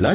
ラ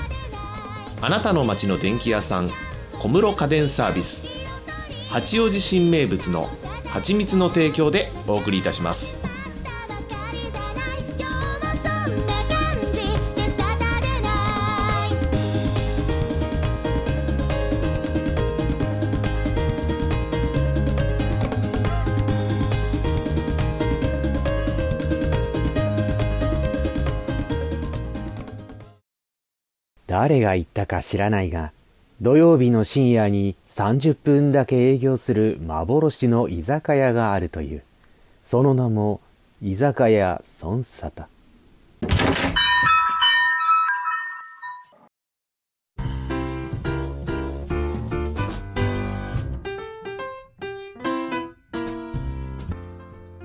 あなたの街の電気屋さん小室家電サービス八王子新名物の蜂蜜の提供でお送りいたしますたばかりじゃない今日もそんな感じでサタデーナイト誰が言ったか知らないが、土曜日の深夜に30分だけ営業する幻の居酒屋があるという。その名も、居酒屋孫沙汰。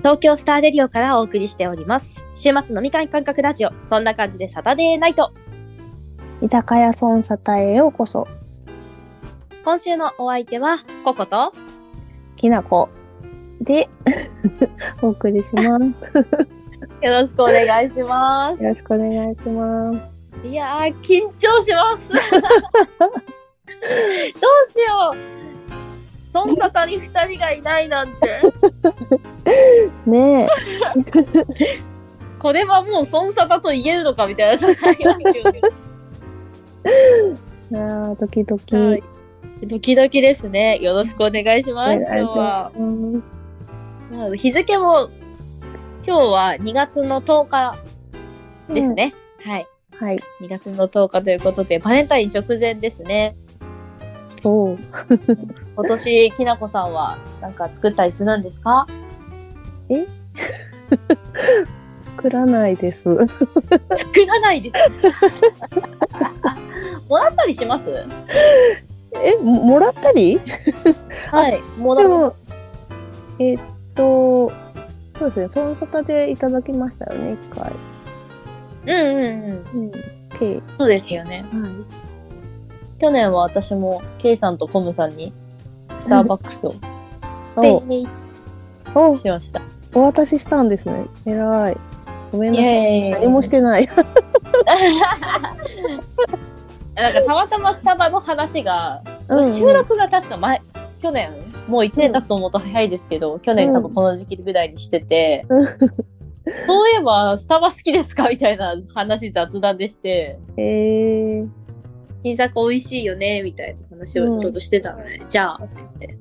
東京スターレディオからお送りしております。週末飲み会感覚ラジオ、そんな感じでサタデーナイト。居酒屋孫沙汰へようこそ、今週のお相手は、ココと、きなこで お送りします。よよろしくお願いします。ろしくお願いします。いやー、緊張し ます。どうしよう。そんなたに二人がいないなんて。ねえ、これはもうそんさたと言えるのかみたいなのがあります よね。いやー時々、はいドキドキですね。よろしくお願いします。お願い今します日はうんなので日付も今日は2月の10日ですね。はい。はい、 2月の10日ということで、バレンタイン直前ですね。そう。今年、きなこさんはなんか作ったりするんですか作らないです。作らないです。もらったりしますえ、ももらったりはい。もでらう。も、えっと、そうですね、孫沙汰でいただきましたよね、一回。うんうんうん。うん、ケそうですよね。ー去年は私も、ケイさんとコムさんに、スターバックスを、はい。お、ペイおしました。お渡ししたんですね。えらい。ごめんなさイエーい。イ何もして ない。なんかたまたまスタバの話が、うん収録が確か前、去年、もう1年経つと思うと早いですけど、去年多分この時期ぐらいにしてて、うそういえば、スタバ好きですかみたいな話雑談でして、えー、新作美味しいよね、みたいな話をちょっとしてたので、じゃあ、って言って。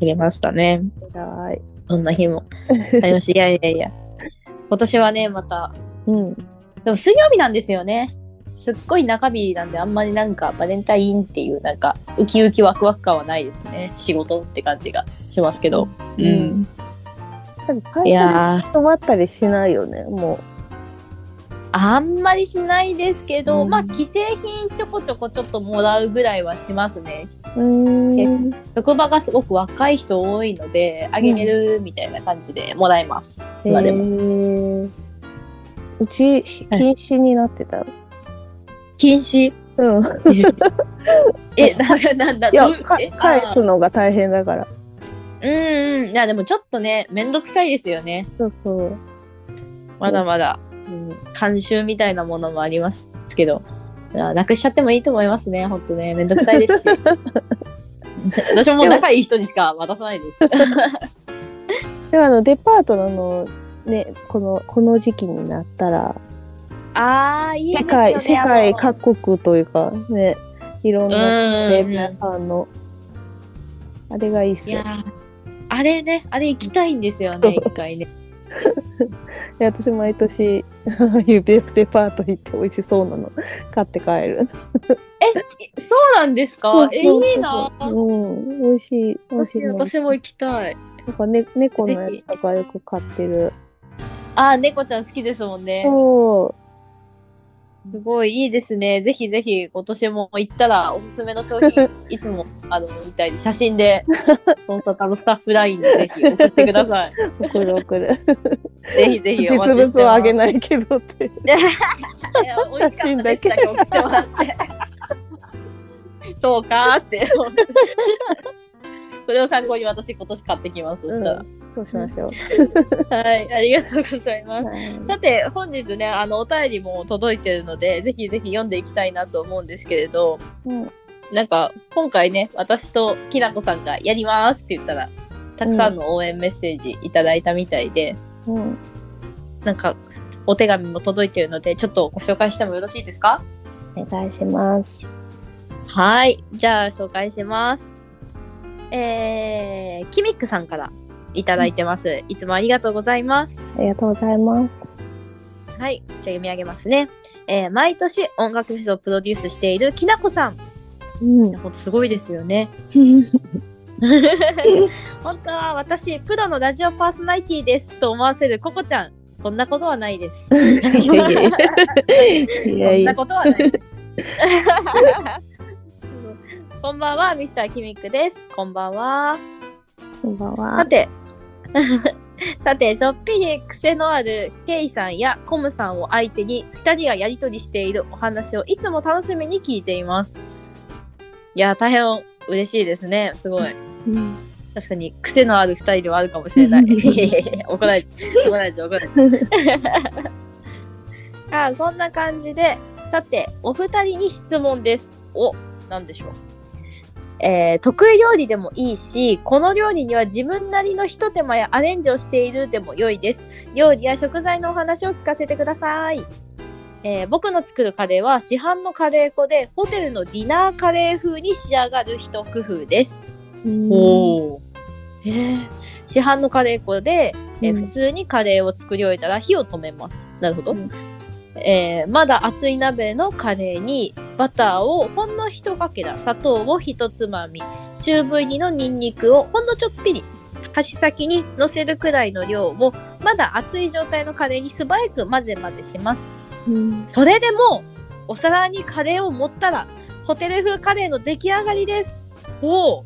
入れましたね。偉い。そんな日も。ありました。いやいやいや。今年はね、また、うん。でも水曜日なんですよね。すっごい中日なんであんまりなんかバレンタインっていうなんかウキウキワクワク感はないですね。仕事って感じがしますけど。うん多分い会社やに泊まったりしないよね、もーあんまりしないですけど、うんまあ既製品ちょこちょこちょっともらうぐらいはしますね。う。うーん。職場がすごく若い人多いので、あげれるみたいな感じでもらいます。今でも。も。うち、禁止になってた。禁 止うん。え、なんかなんだいやどう、かえ返あすのが大変だから。ーうんうん。いや、でもちょっとね、めんどくさいですよね。そうそう。まだまだ、うん、慣習みたいなものもありますけど、あなくしちゃってもいいと思いますね。本当ね、めんどくさい ですし。私も仲いい人にしか渡さないです。でもあの、デパートのあの、ね、この、この時期になったら、 ああ、いいですよ世ね。界、世界各各国というか、ね、いろんな国ね、皆さんの、あれがいいっすいよや。ーあれね、あれ行きたいんですよね、一回ね。で私毎年 ああいうデパート行って美味しそうなの買って帰る。そうなんですかえ、そうそうそういいなーうん、美味しい、美味しい私の。私も行きたい。なんか、ね、猫のぜやひつとかよく買ってる。ああ、猫ちゃん好きですもんね。そう。すごいいいですね。ぜひぜひ今年も行ったらおすすめの商 品、いつもあのみたいに写真で、その他のスタッフラインにぜひ送ってくだ さい。送る送る。ぜひぜひお待ちし実てます。物をあげい。ないけどって。美味しかったですだけ送ってもらって。そうかーって。それを参考に私今年買ってきます。そしたら。そうしましょはい、ありがとうございますう。。はいさて本日ねあのお便りも届いてるのでぜひぜひ読んでいきたいなと思うんですけれど、うんなんか今回ね私ときなこさんが「やります」って言ったらたくさんの応援メッセージいただいたみたいで、うんなんかお手紙も届いてるのでちょっとご紹介してもよろしいですかお願いします。はいじゃあ紹介しますえー、キミックさんからいただいてます、いつもありがとうございますありがとうございます。はい、じゃあ読み上げますね。えー毎年音楽フェスをプロデュースしているきなこさん。 うん。本当すごいですよ ね。本当は私、プロのラジオパーソナリティですと思わせるココちゃん。そんなことはないです。いやいやいや。いやいそんやな。ことはない です。こんばんは、ミスターキミックです。こんばんは。こんばんさは。て、さて、 ちょっぴり癖のあるケイさんやコムさんを相手に、2人がやりとりしているお話をいつも楽しみに聞いています。いや、大変嬉しいですね。すごい。うん確かに、癖のある2人ではあるかもしれない。 怒られちゃう。怒られちゃう。怒られちゃう。あそんな感じで、さて、お二人に質問です。お、なんでしょう。えー得意料理でもいいし、この料理には自分なりの一手間やアレンジをしているでも良いです。料理や食材のお話を聞かせてください。えー僕の作るカレーは市販のカレー粉で、ホテルのディナーカレー風に仕上がる一工夫です。お。えー市販のカレー粉で、えーうん普通にカレーを作り終えたら火を止めます。なるほど。うんえーまだ熱い鍋のカレーにバターをほんの一かけら、砂糖をひとつまみ、中ぶりにのニンニクをほんのちょっぴり、箸先にのせるくらいの量を、まだ熱い状態のカレーに素早く混ぜ混ぜします。うんそれでも、お皿にカレーを盛ったら、ホテル風カレーの出来上がりです。おお。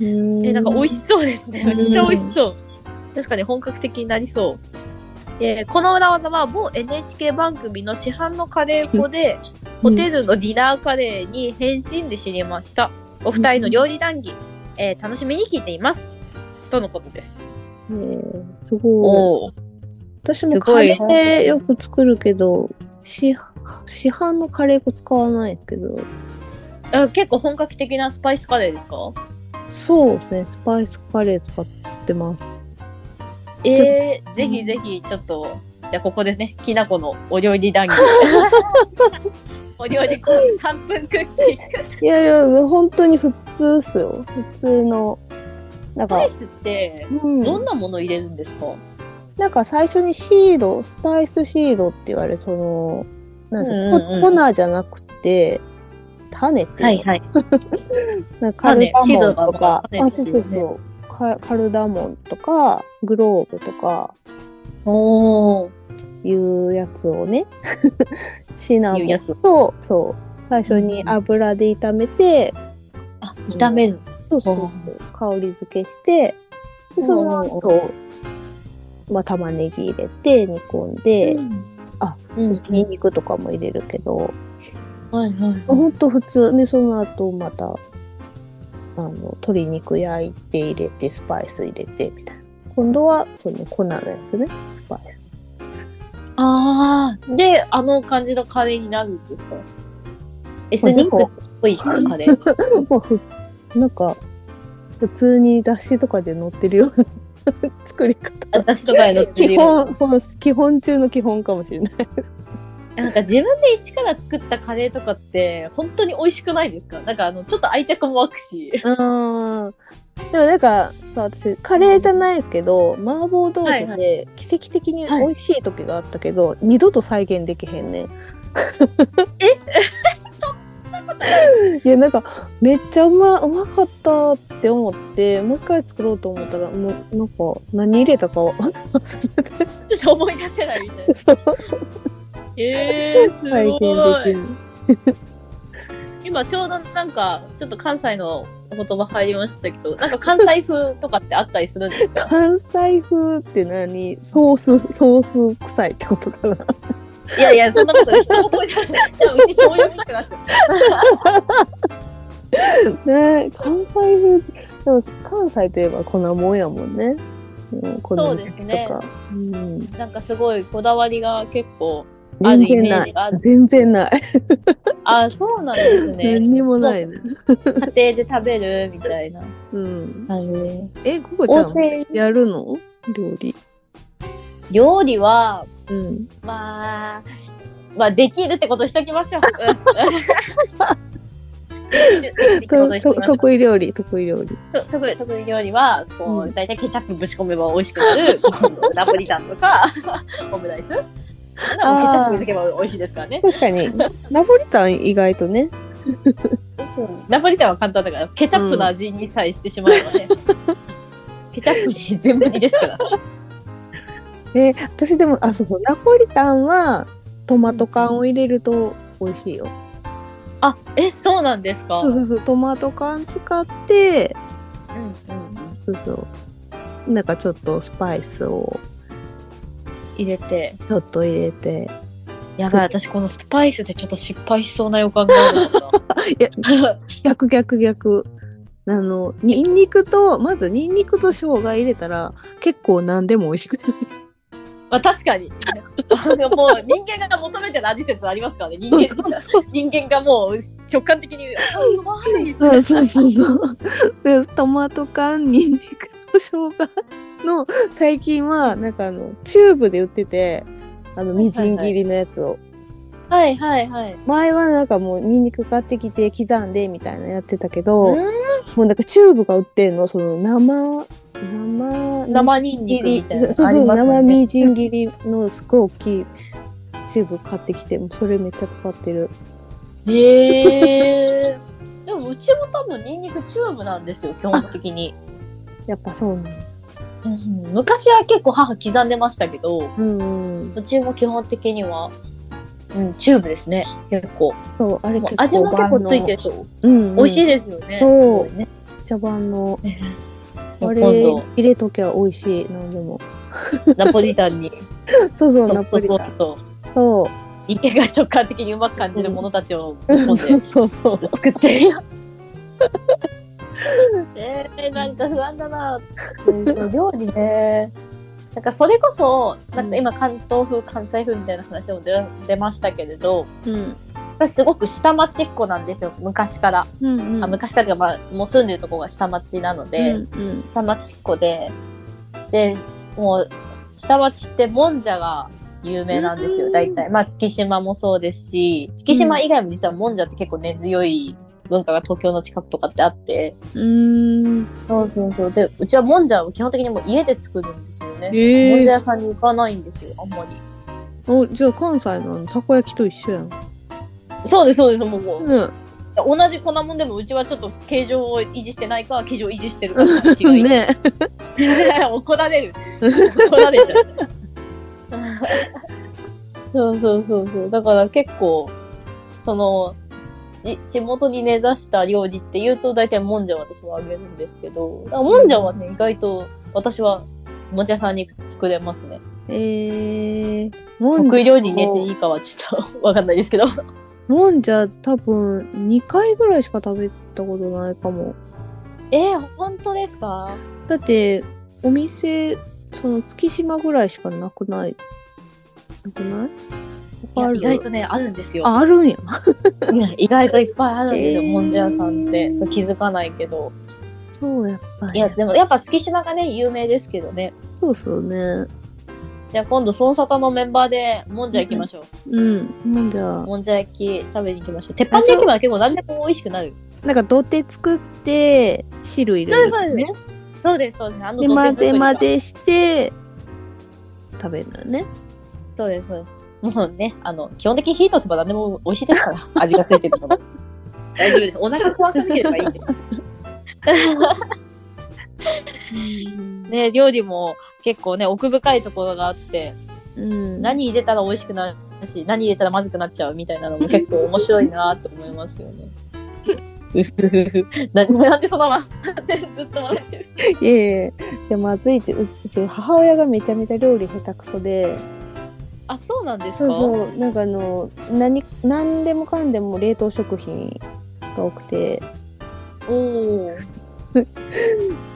えなんか美味しそうですね。めうんっちゃ美味しそう。確かに本格的になりそう。えーこの裏技は某 NHK 番組の市販のカレー粉で、ホテルのディナーカレーに変身で知りました。お二人の料理談義、えー楽しみに聞いています。とのことです。えーすごい。お。私もすカごいレーよく作るけど、市市販のカレー粉使わないですけど、あ結構本格的なスパイスカレーですかそうですね、スパイスカレー使ってます。えー、ぜひぜひちょっと、じゃあここでね、きなこのお料理 談義。お料理コース3分クッキー。いやいや、本当に普通っすよ。普通の。なんスパかイ、スってうん、どんなもの入れるんですか、なんか最初にシード、スパイスシードって言われる、その、なんでしょううんうんうんこ粉じゃなくて、種っていうのはい。なんかカルダモ種シードンとか、がまああ、そうそうそう。カカルダモンとか、グローブとか、おお。いうやつをね シナモいうやンつとそう最初に油で炒めて、あ、炒める。そうそうそう香り付けしてでその後、まあ、玉ねぎ入れて煮込んで、あ、うん、ニンニクとかも入れるけど、はいはい。ほんと普通ねその後またあの鶏肉焼いて入れてスパイス入れてみたいな今度はその粉のやつねスパイスああ。で、あの感じのカレーになるんですかエスニックっぽいカレ ー。まあ、ふなんか普通に雑誌とかで載ってるような 作り方私とかへのってる基よ本ほん基本中の基本かもしれないなんか自分で一から作ったカレーとかって、本当に美味しくないですかなんかあの、ちょっと愛着も湧くし。 うんでもなんかさ私カレーじゃないですけど麻婆豆腐で奇跡的に美味しい時があったけど、二度と再現できへ んねえいやなんかめっちゃうまうまかったって思ってもう一回作ろうと思ったらもうなんか何入れたか忘れてちょっと思い出せないみたいな。そうえー、す再現ごできい。る。今ちょうどなんか、ちょっと関西のお言葉入りましたけど、なんか関西風とかってあったりするんですか関西風って何ソース、ソース臭いってことかな。 いやいや、そんなことで一言じゃない。じゃあうちそういう臭くなっちゃった。ねえ関西風でも関西といえば粉もんやもんね、うん、粉焼きとかう、ん、 なんかすごいこだわりが結構ある全イ然メーなジいがある。全然ない、あ、そうなんですね。何にもないね、家庭で食べるみたいなうん、感じ。えここちおゃうんちやるの料理料理は、うんまあ、まあ、できるってことしときましょう。 うんできるってこととしとときましょう得意料理得意料理と得意得意料理はこう、うん大体ケチャップぶち込めば美味しくな るこうナポリタンとか オムライスそんなもんケチャップ入れとけば美味しいですからね確かにナポリタン意外とねナポリタンは簡単だからケチャップの味にさえしてしまえばね、ケチャップに全部にです からえ私でもあそうそうナポリタンはトマト缶を入れると美味しいよあえそうなんですかそうそうそうトマト缶使ってうんうんそうそう。なんかちょっとスパイスを入れてちょっと入れて。やばい私このスパイスでちょっと失敗しそうな予感があるんだいや、けど逆逆逆。あの、ニンニクと、まずニンニクと生姜入れたら結構何でも美味しくなる。 まあ確 かにあのもう人間が求めてる味説ありますからね人間そうそう人間がもう直感的に「あうまい!」そうそうそうそう。で、トマト缶、ニンニクと生姜の、最近はなんかあの、チューブで売ってて、あの、みじん切りのやつを。はいはいはい。前はなんかもうニンニク買ってきて刻んでみたいなのやってたけど、もうなんかチューブが売ってんの、その生、生、生ニンニ切クみりたいな、のそうあそりう、ますよね生みじん切りのすごい大きいチューブ買ってきて、もうそれめっちゃ使ってる。へえー。でもうちも多分ニンニクチューブなんですよ基本的に。やっぱそうなの。うん昔は結構母刻んでましたけど、うん、うん。うちも基本的には。うん、チューブですね。結構。そう、あれもう結構味も結構万能ついてるし、ょうん、うん。美味しいい。ですよね。そうすごいね。茶番の。あ今れ、度入、れときゃ美味しい、なんでも。ナポリタンに、そうそトう、ナッポプリソターン。スと、そう。人間が直感的にうまく感じるものたちをぶち込んでそうそうそう。作ってるよ。 えー、なんか不安だな。料理ね。なんかそれこそ、なんか今関東風、関西風みたいな話も出出ましたけれど、うん。私すごく下町っ子なんですよ、昔から。うんうん。あ昔からっていうか、まあ、もう住んでるとこが下町なので、うんうん。下町っ子で、で、もう、下町ってもんじゃが有名なんですうよ、ん大体。まあ、月島もそうですし、月島以外も実はもんじゃって結構根強い文化が東京の近くとかってあって、うーん。そうそうそう。で、うちはもんじゃを基本的にもう家で作るんですよね。ええもんじゃ屋さんに行かないんですよ、あんまり。お、じゃあ関西のあのたこ焼きと一緒やん。そうです、そうです、もう。もううん。同じ粉もんでもうちはちょっと形状を維持してないか、形状を維持してるかの違い。ね。 怒ら れる。怒られちゃう。そうそうそうそう。だから結構、その、じ地元に根ざした料理って言うと大体もんじゃを私はあげるんですけど、だからもんじゃはね、意外と私はもんじゃ屋さんに行くと作れますね。えー、もん得意じ料理に入れていいかはちょっとわかんないですけど。ゃ、もんじゃ多分2回ぐらいしか食べたことないかも。 えー、本当ですかだって、お店、その月島ぐらいしかなくない。なくないいやある意外とね、あるんですよ。あ、あるんや。いや意外といっぱいあるんですよ、えーもんじゃ屋さんって。そう気づかないけど。そうやっぱいりや、。でもやっぱ月島がね、有名ですけどね。そうそうね。じゃあ今度、ソンサタのメンバーで、もんじゃ行きましょう。うん。もんじゃ、もんじゃ焼き食べに行きましょう。鉄板で行けば結構何でも美味しくなる。なんか土手作って、汁入れる、そうですね。そうです、そうです。あので、土手混作りぜが混。ぜして、食べるのよね。そうです、そうです。もうね、あの、基本的に火とつば何でも美味しいです から、味がついてるのも。大丈夫です。お腹壊さなければいいんです。 ね、料理も結構ね、奥深いところがあって、うん。何入れたら美味しくなるし、何入れたらまずくなっちゃうみたいなのも結構面白いなと思いますよ ね。うふふふ。ななんでそのま まずっと笑ってる。いえいえ、じゃあまずいって、ううち母親がめちゃめちゃ料理下手くそで、あ、そうなんですそうかそう、なんかあの、何、何でもかんでも冷凍食品が多くて、おー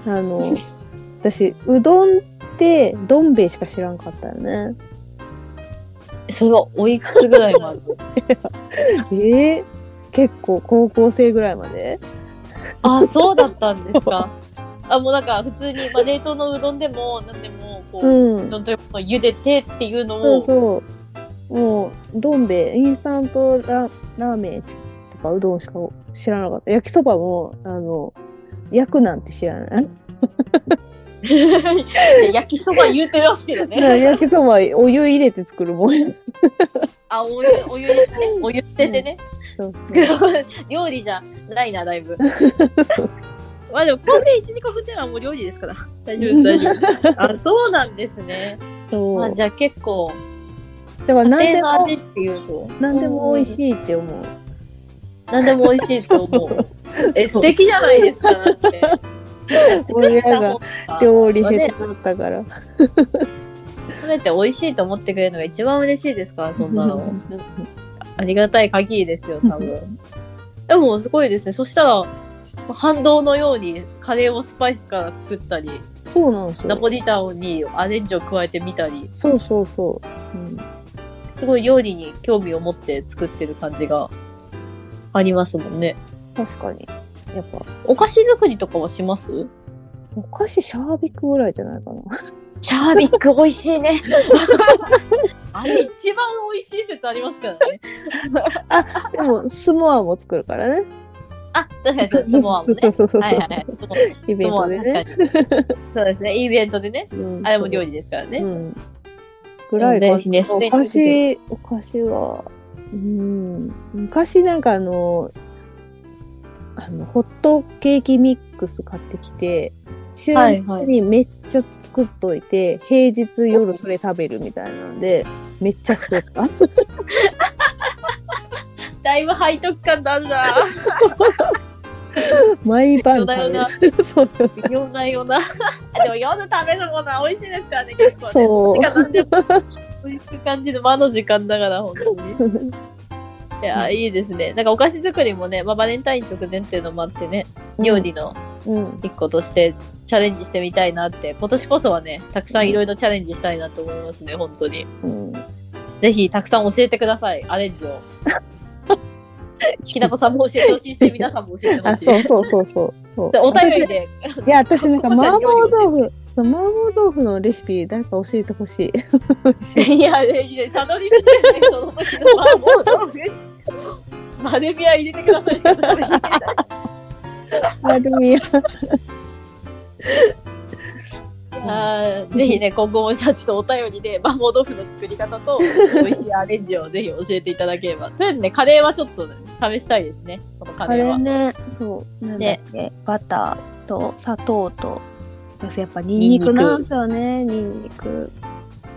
あ の、私、うどんって、どん兵衛しか知らんかったよね。それはおいくつぐらいまでえー、結構高校生ぐらいまで あ、そうだったんですか。 あ、もうなんか普通に、まあ、冷凍のうどんでも、なんでも、こう、うん。どんと茹でてっていうのそうを、そう。もう、どん兵衛、インスタントララーメンしとかうどんしか知らなかった。焼きそばも、あの、焼くなんて知らない。 焼きそば言うてますけどね。焼きそば、お湯入れて作るもんや。あ、お湯、お湯でね、お湯でね。そう作る 料理じゃないな、だいぶ。 まあでも、これで1、2個振ってのはもう料理ですから。大丈夫です、大丈 夫です。あ、そうなんですね。そまあうじゃあ結構、だから何家で庭のも味、っていうと、何でも美味い。しいっ て思う。何でも美味しいと思う。え、 そ素う敵じゃないですか、だって。親が 料理下手ね、だったから。食べて美味しいと思ってくれるのが一番嬉しいです から、そんなの。ありがたい限りですよ、多 分。でも、すごいですね。そしたら、反動のようにカレーをスパイスから作ったり、そうなんですナよ。ポリタンにアレンジを加えてみたり、そうそうそう。うんすごい料理に興味を持って作ってる感じがありますもんね。確かに。やっぱ、お菓子作りとかはしますお菓子シャービックぐらいじゃないかな。 シャービック美味しいね。あれ一番美味しい説ありますからね。でも、スモアも作るからね。あ、確かにそう、スモアもね。 そうそうそうそう。はいはいはい。イベントでね。スモア確かに。そうですね、イベントでね。うんあれも料理ですからね。うん。ぐらいかぜひねスペインお菓子、お菓子は、うん。昔なんかあの、あの、ホットケーキミックス買ってきて、週はいはい末にめっちゃ作っといて、平日夜それ食べるみたいなんで、めっちゃ太った。 だいぶ背徳感のあるな。毎晩食べ夜なる。 そう。いろんなような。 でも夜食べるものは美味しいですからね、結構ね。そうの時間なんでも美味しく感じる間の時間だから、本当に。いや、いいですね。なんかお菓子作りもね、まあ、バレンタイン直前っていうのもあってね、料理のうん。一個としてチャレンジしてみたいなって、今年こそはね、たくさんいろいろチャレンジしたいなと思いますね、本当に。うん。ぜひ、たくさん教えてください、アレンジ を。きなこさんも教えてほしいし、皆さんも教えてほあ、しい。そうそうそうそうそう。でお便りでいや、私なんかここちゃん麻婆料理豆腐、そう麻婆豆腐のレシピ、誰か教えて ほしい。いや、いや、たどり着けない、その時の。まあ、もう、豆腐丸みは入れてくださいしか多分言えない丸みや。あーぜひね、今後もじゃあちょっとお便りで、麻婆豆腐の作り方と、美味しいアレンジをぜひ教えていただければ。とりあえずね、カレーはちょっと、ね、試したいですね、このカ あレーれは。ね、そう、なんだっけ、バターと砂糖と、やっぱニンニニクンニクなんですよね、ニンニク。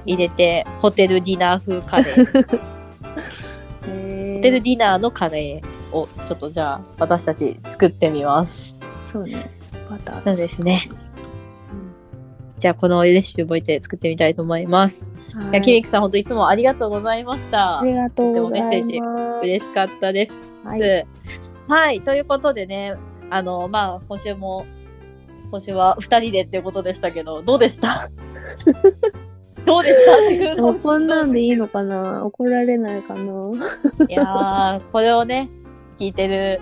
入れて、ホテルディナー風カレー。ホへテルディナーのカレーを、ちょっとじゃあ、私たち作ってみます。そうね、バターそうですね。じゃあ、このレシピ覚えて作ってみたいと思います。はいいや、キリキさん、本当いつもありがとうございましたあ。りがとうでもござメいッます。セージ嬉しかったです。は、はいい、ということでね、あの、まあ、今週も、今週は2人でっていうことでしたけど、どうでした どうでしたっていうでのをもこんなんでいいのかな怒られないかないやー、これをね、聞いてる、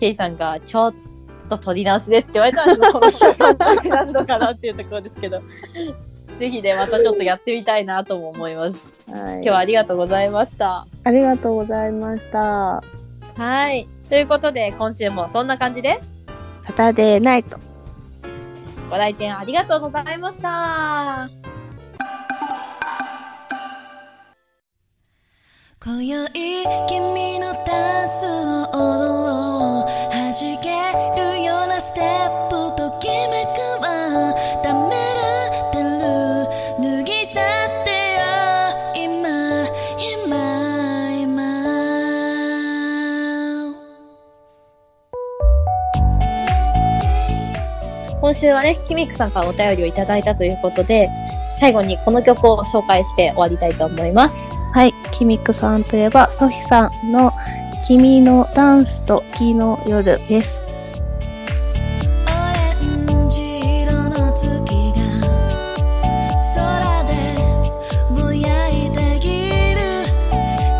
ケイさんが、ちょっと取り直しでって言われたら、この企画感覚なるのかなっていうところですけど、ぜひね、またちょっとやってみたいなとも思います。はい。今日はありがとうございました。ありがとうございました。はい。ということで、今週もそんな感じで、サタデーナイト。ご来店ありがとうございました。今宵君のダンスを踊ろう弾けるようなステップときめくはためらってる脱ぎ去ってよ今今今週はね、キミックさんからお便りをいただいたということで、最後にこの曲を紹介して終わりたいと思います。はい、キミックさんといえば、ソフィさんの君のダンスと昨の夜です。オレンジ色の月が空でぼやいている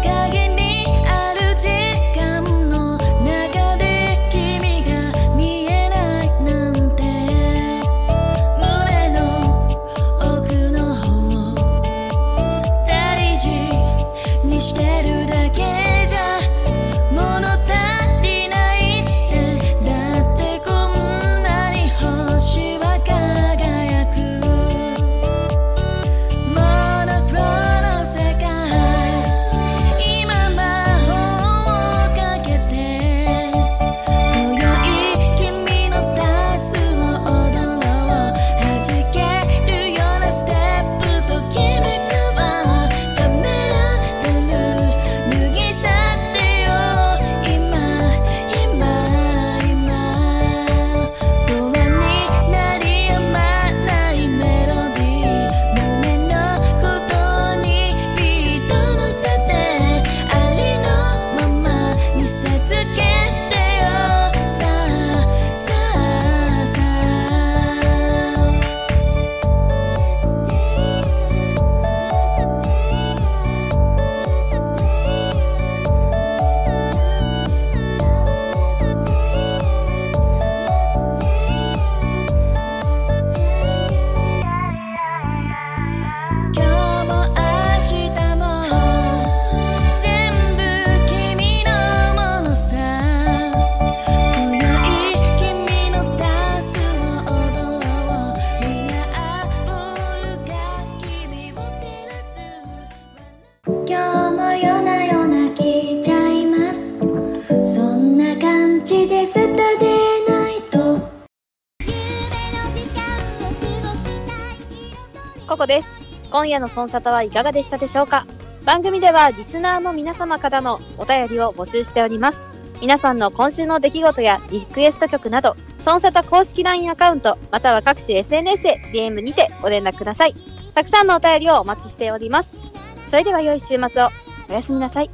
鍵にある時間の中で君が見えないなんて胸の奥の方を大事にしてるだけじゃ物足りないってだってこんなに星は輝くモノクロの世界今魔法をかけて今宵君のダンスを踊ろう弾けるようなステップときめくわカメラで脱ぎ去ってよ今今今永遠に鳴り止まないメロディー胸のことにビートのせてありのまま見せつけてよさあさあさあ今日も明日も全部君のものさ今宵君のダンスを踊ろうミラーボールが君を照らす今日も夜な夜な聞いちゃいますそんな感じでスタデーナイトここです。今夜のコンサートはいかがでしたでしょうか番組ではリスナーの皆様からのお便りを募集しております。皆さんの今週の出来事やリクエスト曲など、ソンサタ公式 LINE アカウント、または各種 SNS へ DM にてご連絡ください。たくさんのお便りをお待ちしております。それでは良い週末を。おやすみなさい。